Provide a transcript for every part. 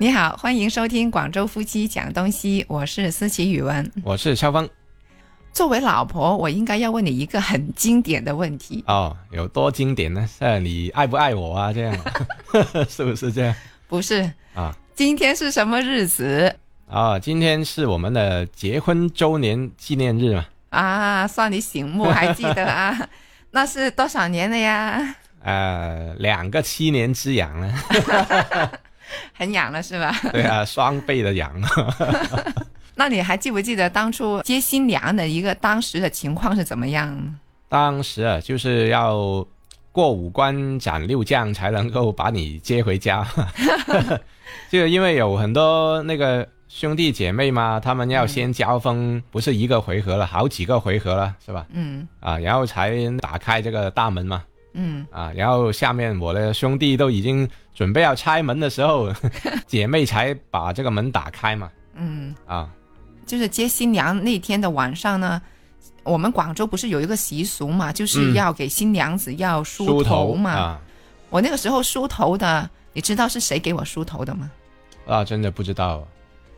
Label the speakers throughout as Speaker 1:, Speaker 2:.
Speaker 1: 你好，欢迎收听《广州夫妻讲东西》，我是思琪语文。
Speaker 2: 我是肖峰。
Speaker 1: 作为老婆，我应该要问你一个很经典的问题：
Speaker 2: 哦，有多经典呢？是你爱不爱我啊？这样，是不是这样
Speaker 1: 不是
Speaker 2: 啊？
Speaker 1: 今天是什么日子
Speaker 2: 啊、今天是我们的结婚周年纪念日嘛？
Speaker 1: 啊？算你醒目，还记得啊？那是多少年了呀？
Speaker 2: 呃，两个七年之痒呢？
Speaker 1: 很痒了是吧？
Speaker 2: 对啊，双倍的痒。
Speaker 1: 那你还记不记得当初接新娘的一个当时的情况是怎么样？
Speaker 2: 当时啊，就是要过五关斩六将才能够把你接回家， 就因为有很多那个兄弟姐妹嘛，他们要先交锋，不是一个回合了，好几个回合了，是吧？
Speaker 1: 嗯
Speaker 2: 啊，然后才打开这个大门嘛。
Speaker 1: 嗯，
Speaker 2: 啊，然后下面我的兄弟都已经准备要拆门的时 候，姐妹才把这个门打开嘛。
Speaker 1: 嗯，
Speaker 2: 啊，
Speaker 1: 就是接新娘那天的晚上呢，我们广州不是有一个习俗嘛，就是
Speaker 2: 嗯
Speaker 1: 要给新娘子要梳
Speaker 2: 梳头
Speaker 1: 嘛。
Speaker 2: 啊
Speaker 1: 我那个时候梳头的，你知道是谁给我梳头的吗？
Speaker 2: 啊，真的不知道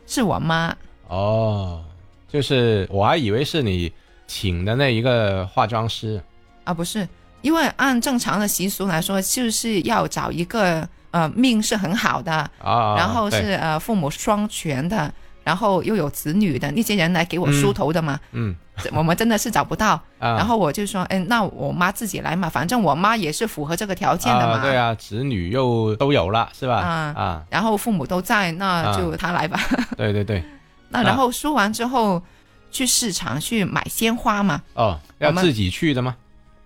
Speaker 1: 是我妈。
Speaker 2: 哦，就是我还以为是你请的那一个化妆师
Speaker 1: 啊，不是，因为按正常的习俗来说，就是要找一个呃命是很好的，
Speaker 2: 啊，
Speaker 1: 然后
Speaker 2: 对
Speaker 1: 是呃父母双全的，然后又有子女的那些人来给我梳头的嘛。
Speaker 2: 嗯
Speaker 1: 这我们真的是找不到，
Speaker 2: 啊，
Speaker 1: 然后我就说，嗯，那我妈自己来嘛，反正我妈也是符合这个条件的嘛。
Speaker 2: 啊，对啊，子女又都有了是吧？
Speaker 1: 啊
Speaker 2: 啊，
Speaker 1: 然后父母都在，那就她来吧。
Speaker 2: 对对对，
Speaker 1: 那然后梳完之后，去市场去买鲜花嘛。
Speaker 2: 哦，要
Speaker 1: 我们
Speaker 2: 自己去的吗？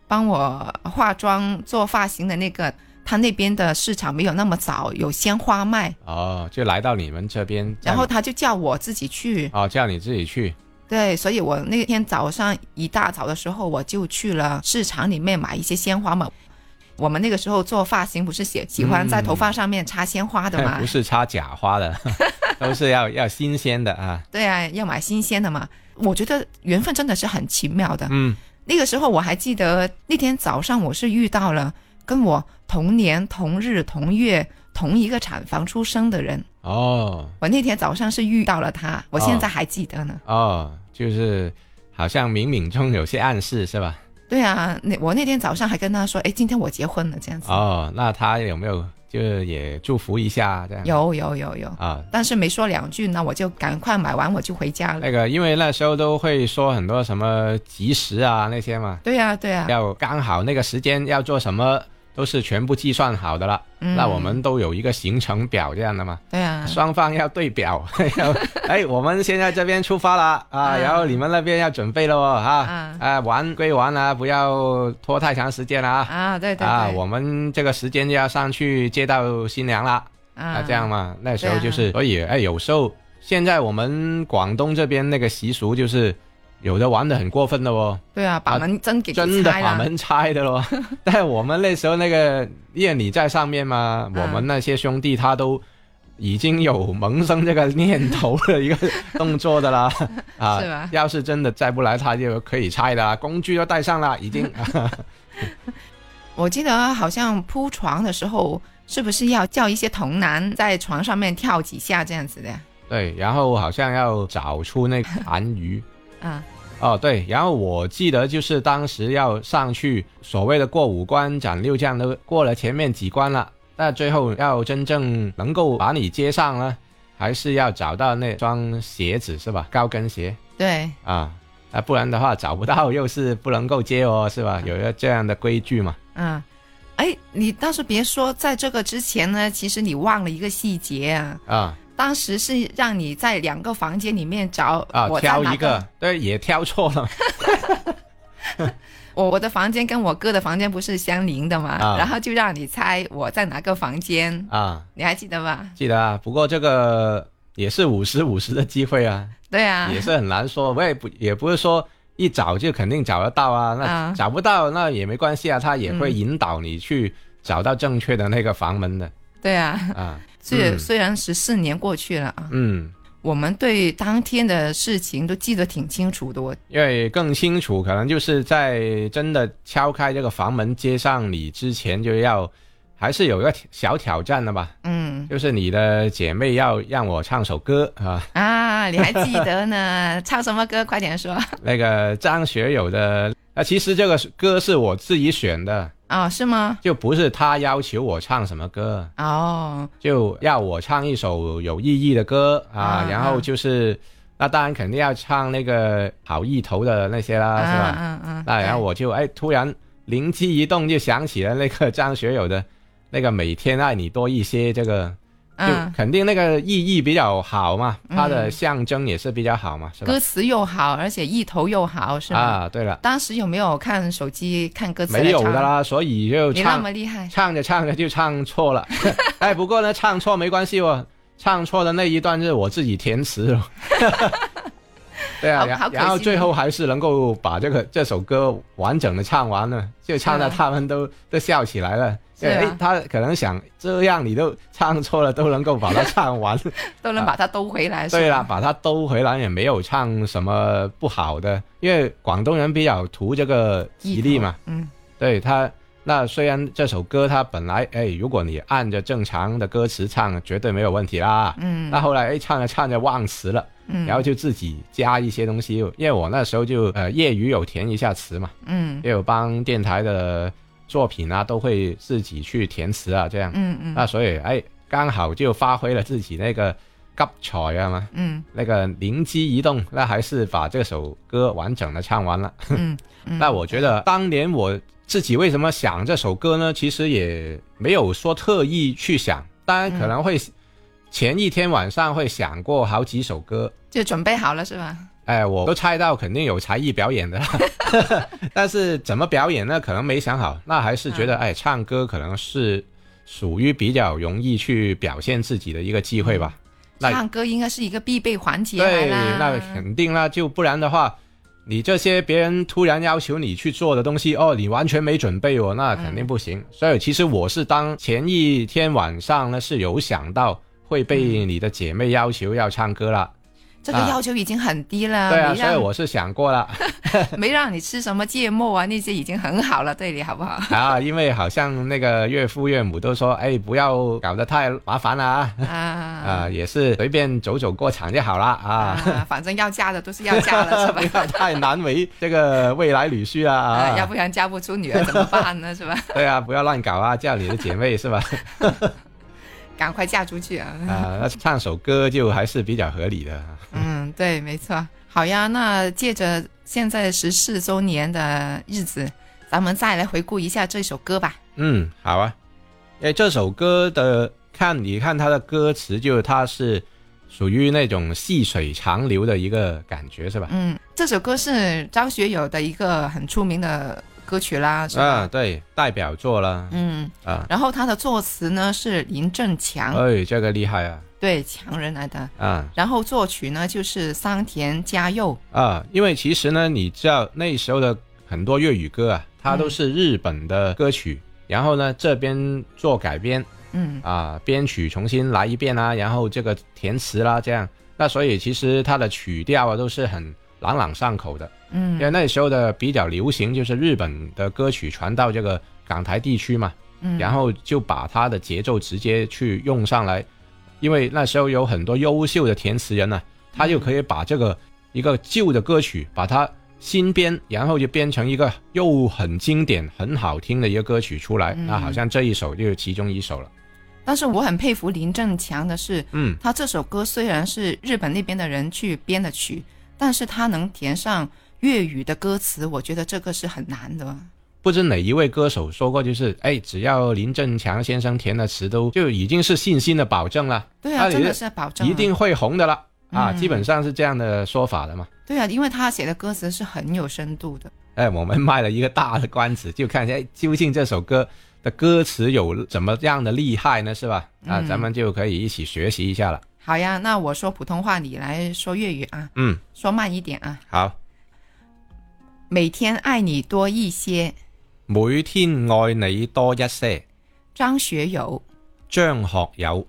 Speaker 1: 帮我化妆做发型的那个，他那边的市场没有那么早有鲜花卖，
Speaker 2: 哦，就来到你们这边，
Speaker 1: 然后他就叫我自己去。
Speaker 2: 哦叫你自己去，
Speaker 1: 对，所以我那天早上一大早的时候，我就去了市场里面买一些鲜花嘛。我们那个时候做发型不是喜喜欢在头发上面插鲜 花的嘛？
Speaker 2: 哎不是插假花的， 都是要要新鲜的啊。
Speaker 1: 对啊，要买新鲜的嘛。我觉得缘分真的是很奇妙的。
Speaker 2: 嗯，
Speaker 1: 那个时候我还记得那天早上我是遇到了跟我同年同日同月同一个产房出生的人，
Speaker 2: 哦
Speaker 1: 我那天早上是遇到了他，
Speaker 2: 啊
Speaker 1: 我现在还记得呢。
Speaker 2: 哦，就是好像冥冥中有些暗示是吧？
Speaker 1: 对啊，那我那天早上还跟他说，哎，今天我结婚了这样子。
Speaker 2: 哦，那他有没有就是也祝福一下这样？
Speaker 1: 有有有有，
Speaker 2: 啊。
Speaker 1: 但是没说两句，那我就赶快买完我就回家了。
Speaker 2: 那个，因为那时候都会说很多什么吉时啊那些嘛，
Speaker 1: 对啊对啊，
Speaker 2: 要刚好那个时间要做什么，都是全部计算好的了。
Speaker 1: 嗯
Speaker 2: 那我们都有一个行程表这样的嘛，
Speaker 1: 对啊，
Speaker 2: 双方要对表， 要哎，我们现在这边出发了啊，
Speaker 1: 啊
Speaker 2: 然后你们那边要准备了哦啊
Speaker 1: 啊
Speaker 2: 啊，玩归玩啊，不要拖太长时间了啊
Speaker 1: 啊对对
Speaker 2: 啊，
Speaker 1: 对，
Speaker 2: 我们这个时间就要上去接到新娘了
Speaker 1: 嗯
Speaker 2: 啊，这样嘛，那时候就是，所以哎，有时候现在我们广东这边那个习俗就是。有的玩的很过分的哦，
Speaker 1: 对啊，把门真给
Speaker 2: 真的
Speaker 1: 拆
Speaker 2: 把
Speaker 1: 了，
Speaker 2: 门拆 的咯。但我们那时候那个，因为你在上面嘛，
Speaker 1: 嗯
Speaker 2: 我们那些兄弟他都已经有萌生这个念头的一个动作 的啦。啊，
Speaker 1: 是吧
Speaker 2: 要是真的再不来，他就可以拆的啦，工具都带上了，已经。啊
Speaker 1: 我记得好像铺床的时候，是不是要叫一些童男在床上面跳几下这样子的呀？
Speaker 2: 对，然后好像要找出那个残余。
Speaker 1: 啊，
Speaker 2: 哦，对，然后我记得就是当时要上去所谓的过五关斩六将，都过了前面几关了，那最后要真正能够把你接上呢，还是要找到那双鞋子是吧？高跟鞋
Speaker 1: 对，
Speaker 2: 啊，啊，不然的话找不到又是不能够接哦，是吧？有一个这样的规矩嘛。
Speaker 1: 嗯，哎，你倒是别说，在这个之前呢，其实你忘了一个细节啊。
Speaker 2: 啊
Speaker 1: 当时是让你在两个房间里面找
Speaker 2: 啊，
Speaker 1: 我在
Speaker 2: 挑
Speaker 1: 哪
Speaker 2: 一个，对，也挑错了
Speaker 1: 我我的房间跟我哥的房间不是相邻的嘛，
Speaker 2: 啊
Speaker 1: 然后就让你猜我在哪个房间，
Speaker 2: 啊，
Speaker 1: 你还记得吧？
Speaker 2: 记得啊。不过这个也是五十五十的机会啊，
Speaker 1: 对啊，
Speaker 2: 也是很难说，我也不也不是说一找就肯定找得到啊，
Speaker 1: 啊
Speaker 2: 那找不到那也没关系啊，他也会引导你去找到正确的那个房 门的
Speaker 1: 对啊，
Speaker 2: 啊，
Speaker 1: 虽、
Speaker 2: 嗯
Speaker 1: 虽然十四年过去了啊，
Speaker 2: 嗯，
Speaker 1: 我们对当天的事情都记得挺清楚的。我
Speaker 2: 因为更清楚，可能就是在真的敲开这个房门接上你之前就要。还是有一个小挑战的吧，
Speaker 1: 嗯
Speaker 2: 就是你的姐妹要让我唱首歌 啊，
Speaker 1: 啊，你还记得 呢？唱什么歌？快点说。
Speaker 2: 那个张学友的，啊，其实这个歌是我自己选的，
Speaker 1: 哦，是吗？
Speaker 2: 就不是他要求我唱什么歌，
Speaker 1: 哦，
Speaker 2: 就要我唱一首有意义的歌啊，
Speaker 1: 啊
Speaker 2: 然后就是，那当然肯定要唱那个好意头的那些啦，啊是吧？
Speaker 1: 嗯嗯嗯。
Speaker 2: 那然后
Speaker 1: 对
Speaker 2: 我就哎，突然灵机一动，就想起了那个张学友的那个“每天爱你多一些”这个，就
Speaker 1: 嗯，
Speaker 2: 肯定那个意义比较好嘛，
Speaker 1: 嗯
Speaker 2: 它的象征也是比较好嘛，是吧
Speaker 1: 歌？词又好，而且意头又好，是吗？
Speaker 2: 啊，对了，
Speaker 1: 当时有没有看手机看歌词？
Speaker 2: 没有的。啦，所以就
Speaker 1: 你那
Speaker 2: 唱
Speaker 1: 么厉害，
Speaker 2: 唱着唱着就唱错了， 哎，不过呢，唱错没关系哦，唱错的那一段是我自己填词哦。 对啊，
Speaker 1: 好
Speaker 2: 然
Speaker 1: 好可惜
Speaker 2: 然后最后还是能够把这个这首歌完整的唱完了，就唱到
Speaker 1: 是啊
Speaker 2: 他 们都、都笑起来了。
Speaker 1: 是
Speaker 2: 对，
Speaker 1: 啊
Speaker 2: 哎，他可能想这样，你都唱错了都能够把它唱 完。
Speaker 1: 都能把它兜回来。
Speaker 2: 对
Speaker 1: 了
Speaker 2: 啦，，把它兜回来也没有唱什么不好的，因为广东人比较图这个吉利嘛。
Speaker 1: 嗯
Speaker 2: 对他，那虽然这首歌它本来，哎，如果你按着正常的歌词唱，绝对没有问题啦。
Speaker 1: 嗯
Speaker 2: 那后来哎，唱着唱着忘词了，
Speaker 1: 嗯，
Speaker 2: 然后就自己加一些东西，因为我那时候就呃业余有填一下词嘛，
Speaker 1: 嗯
Speaker 2: 也有帮电台的作品啊都会自己去填词啊这样。
Speaker 1: 嗯嗯
Speaker 2: 那所以哎，刚好就发挥了自己那个急才啊嘛。
Speaker 1: 嗯
Speaker 2: 那个灵机一动，那还是把这首歌完整的唱完了。
Speaker 1: 嗯嗯，
Speaker 2: 那我觉得当年我自己为什么想这首歌呢？其实也没有说特意去想，当然可能会前一天晚上会想过好几首歌。
Speaker 1: 就准备好了是吧？
Speaker 2: 哎，我都猜到肯定有才艺表演的，但是怎么表演呢？可能没想好。那还是觉得，哎，唱歌可能是属于比较容易去表现自己的一个机会吧。那
Speaker 1: 唱歌应该是一个必备环节来
Speaker 2: 对，
Speaker 1: 啦。
Speaker 2: 那肯定啦，就不然的话，你这些别人突然要求你去做的东西，哦，你完全没准备哦，那肯定不行。
Speaker 1: 嗯
Speaker 2: 所以其实我是当前一天晚上呢是有想到会被你的姐妹要求要唱歌啦，
Speaker 1: 这个
Speaker 2: 啊
Speaker 1: 要求已经很低了，
Speaker 2: 对啊，
Speaker 1: 没
Speaker 2: 所以
Speaker 1: 让
Speaker 2: 我是想 过了
Speaker 1: 没让你吃什么芥末啊，那些已经很好了，对你好不 好？
Speaker 2: 啊，因为好像那个岳父岳母都说，哎，不要搞得太麻烦了啊。
Speaker 1: 啊
Speaker 2: 啊，也是随便走走过场就好啦啊，
Speaker 1: 啊，反正要嫁的都是要嫁了，是吧？
Speaker 2: 不要太难为这个未来女婿 啊
Speaker 1: 啊，
Speaker 2: 啊，
Speaker 1: 要不然嫁不出女儿怎么办呢？是吧？
Speaker 2: 对啊，不要乱搞啊，叫你的姐妹是吧？
Speaker 1: 赶快嫁出去啊！
Speaker 2: 啊，那唱首歌就还是比较合理的。
Speaker 1: 嗯，对，没错。好呀，那借着现在十四周年的日子，咱们再来回顾一下这首歌吧。
Speaker 2: 嗯，好啊。哎，这首歌的看，你看它的歌词，就是它是属于那种细水长流的一个感觉，是吧？
Speaker 1: 嗯，这首歌是张学友的一个很出名的歌曲啦，是吧？
Speaker 2: 啊，对，代表作了
Speaker 1: 嗯，
Speaker 2: 啊。
Speaker 1: 然后他的作词呢是林振强，
Speaker 2: 哎，这个厉害啊！
Speaker 1: 对，强人来的。
Speaker 2: 啊
Speaker 1: 然后作曲呢就是桑田佳佑，
Speaker 2: 啊，因为其实呢，你知道那时候的很多粤语歌啊，它
Speaker 1: 嗯
Speaker 2: 都是日本的歌曲，然后呢这边做改编，
Speaker 1: 嗯
Speaker 2: 啊，编曲重新来一遍啊，然后这个填词啦、这样。那所以其实它的曲调啊都是很朗朗上口的，因为
Speaker 1: 嗯
Speaker 2: 那时候的比较流行就是日本的歌曲传到这个港台地区嘛，
Speaker 1: 嗯，
Speaker 2: 然后就把它的节奏直接去用上来，因为那时候有很多优秀的填词人呢、他就可以把这个一个旧的歌曲把它新编，然后就编成一个又很经典、很好听的一个歌曲出来。
Speaker 1: 嗯
Speaker 2: 那好像这一首就是其中一首了，
Speaker 1: 但是我很佩服林振强的是，
Speaker 2: 嗯。
Speaker 1: 他这首歌虽然是日本那边的人去编的曲，但是他能填上粤语的歌词，我觉得这个是很难的。
Speaker 2: 不知哪一位歌手说过，就是哎，只要林振强先生填的词都就已经是信心的保证了，
Speaker 1: 对啊，
Speaker 2: 啊
Speaker 1: 真
Speaker 2: 你
Speaker 1: 的
Speaker 2: 这
Speaker 1: 是保证啊
Speaker 2: 一定会红的了啊，
Speaker 1: 嗯
Speaker 2: 基本上是这样的说法的嘛。
Speaker 1: 对啊，因为他写的歌词是很有深度的。
Speaker 2: 哎，我们卖了一个大的关子，就看一下哎究竟这首歌的歌词有怎么样的厉害呢，是吧？啊，
Speaker 1: 嗯
Speaker 2: 咱们就可以一起学习一下了。
Speaker 1: 好呀，那我说普通话，你来说粤语啊，
Speaker 2: 嗯，
Speaker 1: 说慢一点啊。
Speaker 2: 好，
Speaker 1: 每天爱你多一些，
Speaker 2: 每天爱你多一些，
Speaker 1: 张学友，
Speaker 2: 张学友，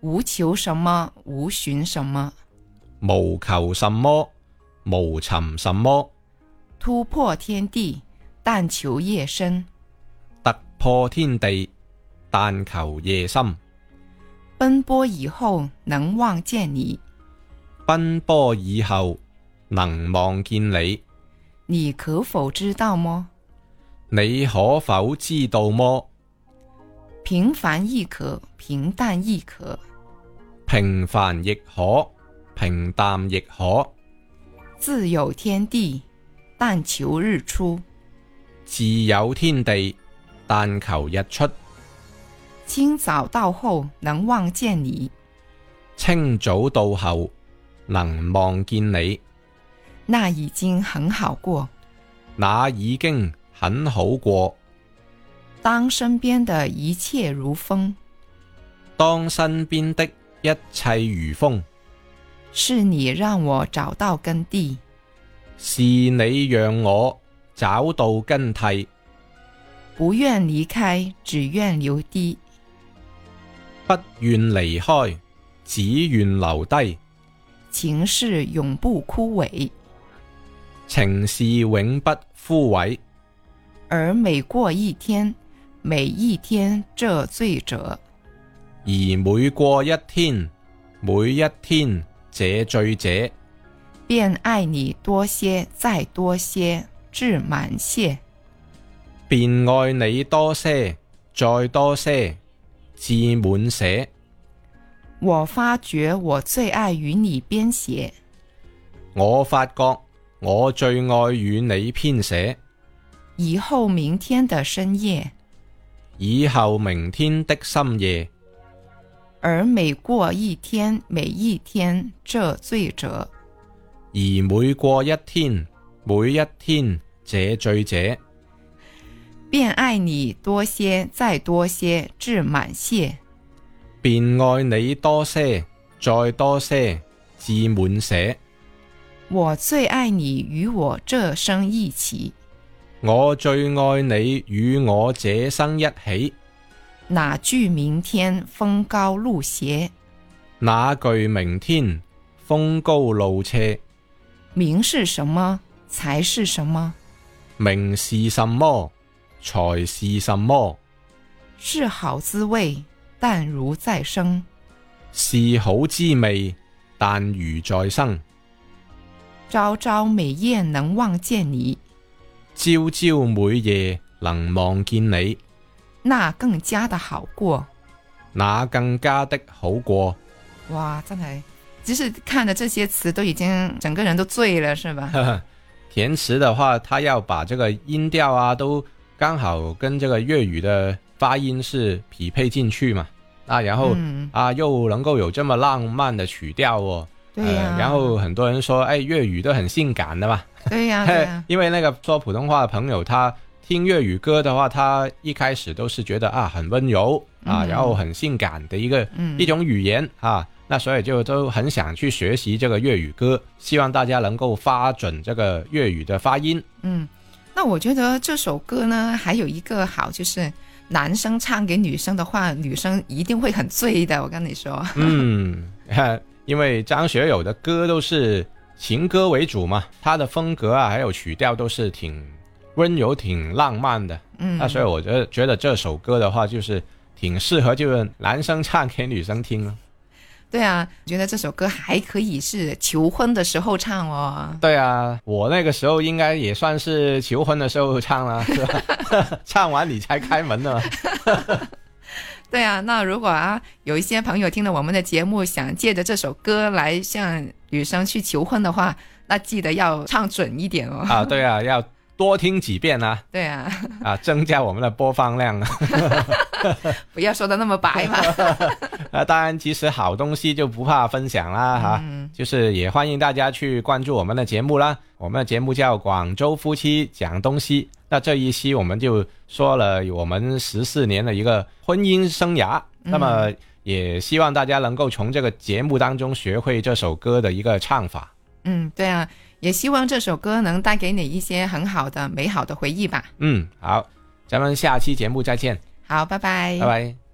Speaker 1: 无求什么，无寻什么，
Speaker 2: 无求什么，无寻什么，
Speaker 1: 突破天地，但求夜深，
Speaker 2: 突破天地，但求夜深，
Speaker 1: 奔波以后能望见你，
Speaker 2: 奔波以後能望見你。
Speaker 1: 你可否知道么？
Speaker 2: 你可否知道麼？
Speaker 1: 平凡亦可，平淡亦可，
Speaker 2: 平凡亦可，平淡亦可。
Speaker 1: 自有天地，但求日出。
Speaker 2: 自有天地，但求日出。
Speaker 1: 清早到后能望见你，
Speaker 2: 清早到後能望見你，
Speaker 1: 那已经很好过。
Speaker 2: 那已經很好過。
Speaker 1: 当身边的一切如风，
Speaker 2: 當身邊的一切如風，
Speaker 1: 是你让我找到根蒂，
Speaker 2: 是你讓我找到根蒂，
Speaker 1: 不愿离开，只愿留低。
Speaker 2: 不願離開，只願留低。
Speaker 1: 情事永不枯萎，
Speaker 2: 情是永不枯萎，
Speaker 1: 而每过一天，每一天这醉者，
Speaker 2: 而每過一天，每一天這醉者，
Speaker 1: 便爱你多些，再多些，至满泻。
Speaker 2: 便愛你多些，再多些，至滿瀉。
Speaker 1: 我发觉我最爱与你编写，
Speaker 2: 我發覺我最愛與你編寫，
Speaker 1: 以后明天的深夜，
Speaker 2: 以後明天的深夜，
Speaker 1: 而每过一天，每一天这醉者，
Speaker 2: 而每過一天，每一天這醉者，
Speaker 1: 便爱你多些，再多些，至满泻。
Speaker 2: 便愛你多些，再多些，至滿瀉。
Speaker 1: 我最爱你与我这生一起，
Speaker 2: 我最愛你與我這生一起，
Speaker 1: 哪惧明天风高路斜，
Speaker 2: 那句明天風高路斜，
Speaker 1: 明是什么，才是什么，
Speaker 2: 明是什麼，才是什麼，
Speaker 1: 是好滋味，淡如再生。
Speaker 2: 是好滋味，但如再生。
Speaker 1: 朝朝每夜能望见你，
Speaker 2: 朝朝每夜能望見你，
Speaker 1: 那更加的好过。
Speaker 2: 那更加的好過。
Speaker 1: 哇，真系，即使看了这些词，都已经整个人都醉了，是吧？
Speaker 2: 填词的话，他要把这个音调啊，都刚好跟这个粤语的发音是匹配进去嘛。啊，然后、
Speaker 1: 嗯，
Speaker 2: 啊，又能够有这么浪漫的曲调哦。
Speaker 1: 对呀、
Speaker 2: 呃，然后很多人说，哎，粤语都很性感的嘛。
Speaker 1: 对呀、啊对呀、
Speaker 2: 因为那个说普通话的朋友，他听粤语歌的话，他一开始都是觉得啊很温柔啊，
Speaker 1: 嗯
Speaker 2: 然后很性感的一个、
Speaker 1: 嗯
Speaker 2: 一种语言啊，那所以就都很想去学习这个粤语歌，希望大家能够发准这个粤语的发音。
Speaker 1: 嗯，那我觉得这首歌呢，还有一个好就是。男生唱给女生的话，女生一定会很醉的。我跟你说，
Speaker 2: 嗯， 因为张学友的歌都是情歌为主嘛，他的风格啊，还有曲调都是挺温柔、挺浪漫的。
Speaker 1: 嗯，
Speaker 2: 那所以我觉得觉得这首歌的话，就是挺适合就是男生唱给女生听了。
Speaker 1: 对啊，我觉得这首歌还可以是求婚的时候唱哦。
Speaker 2: 对啊，我那个时候应该也算是求婚的时候唱了，是吧？ 唱完你才开门的嘛。
Speaker 1: 对啊，那如果啊有一些朋友听了我们的节目，想借着这首歌来向女生去求婚的话，那记得要唱准一点 哦。
Speaker 2: 啊，对啊，要多听几遍啊，
Speaker 1: 对啊，
Speaker 2: 啊，增加我们的播放量啊。
Speaker 1: 不要说的那么白 嘛。
Speaker 2: 啊，当然，其实好东西就不怕分享啦哈。
Speaker 1: 嗯，
Speaker 2: 就是也欢迎大家去关注我们的节目啦。我们的节目叫《广州夫妻讲东西》，那这一期我们就说了我们十四年的一个婚姻生涯，那么也希望大家能够从这个节目当中学会这首歌的一个唱法。
Speaker 1: 嗯，对啊，也希望这首歌能带给你一些很好的、美好的回忆吧。
Speaker 2: 嗯，好，咱们下期节目再见，
Speaker 1: 好，拜拜。
Speaker 2: 拜拜。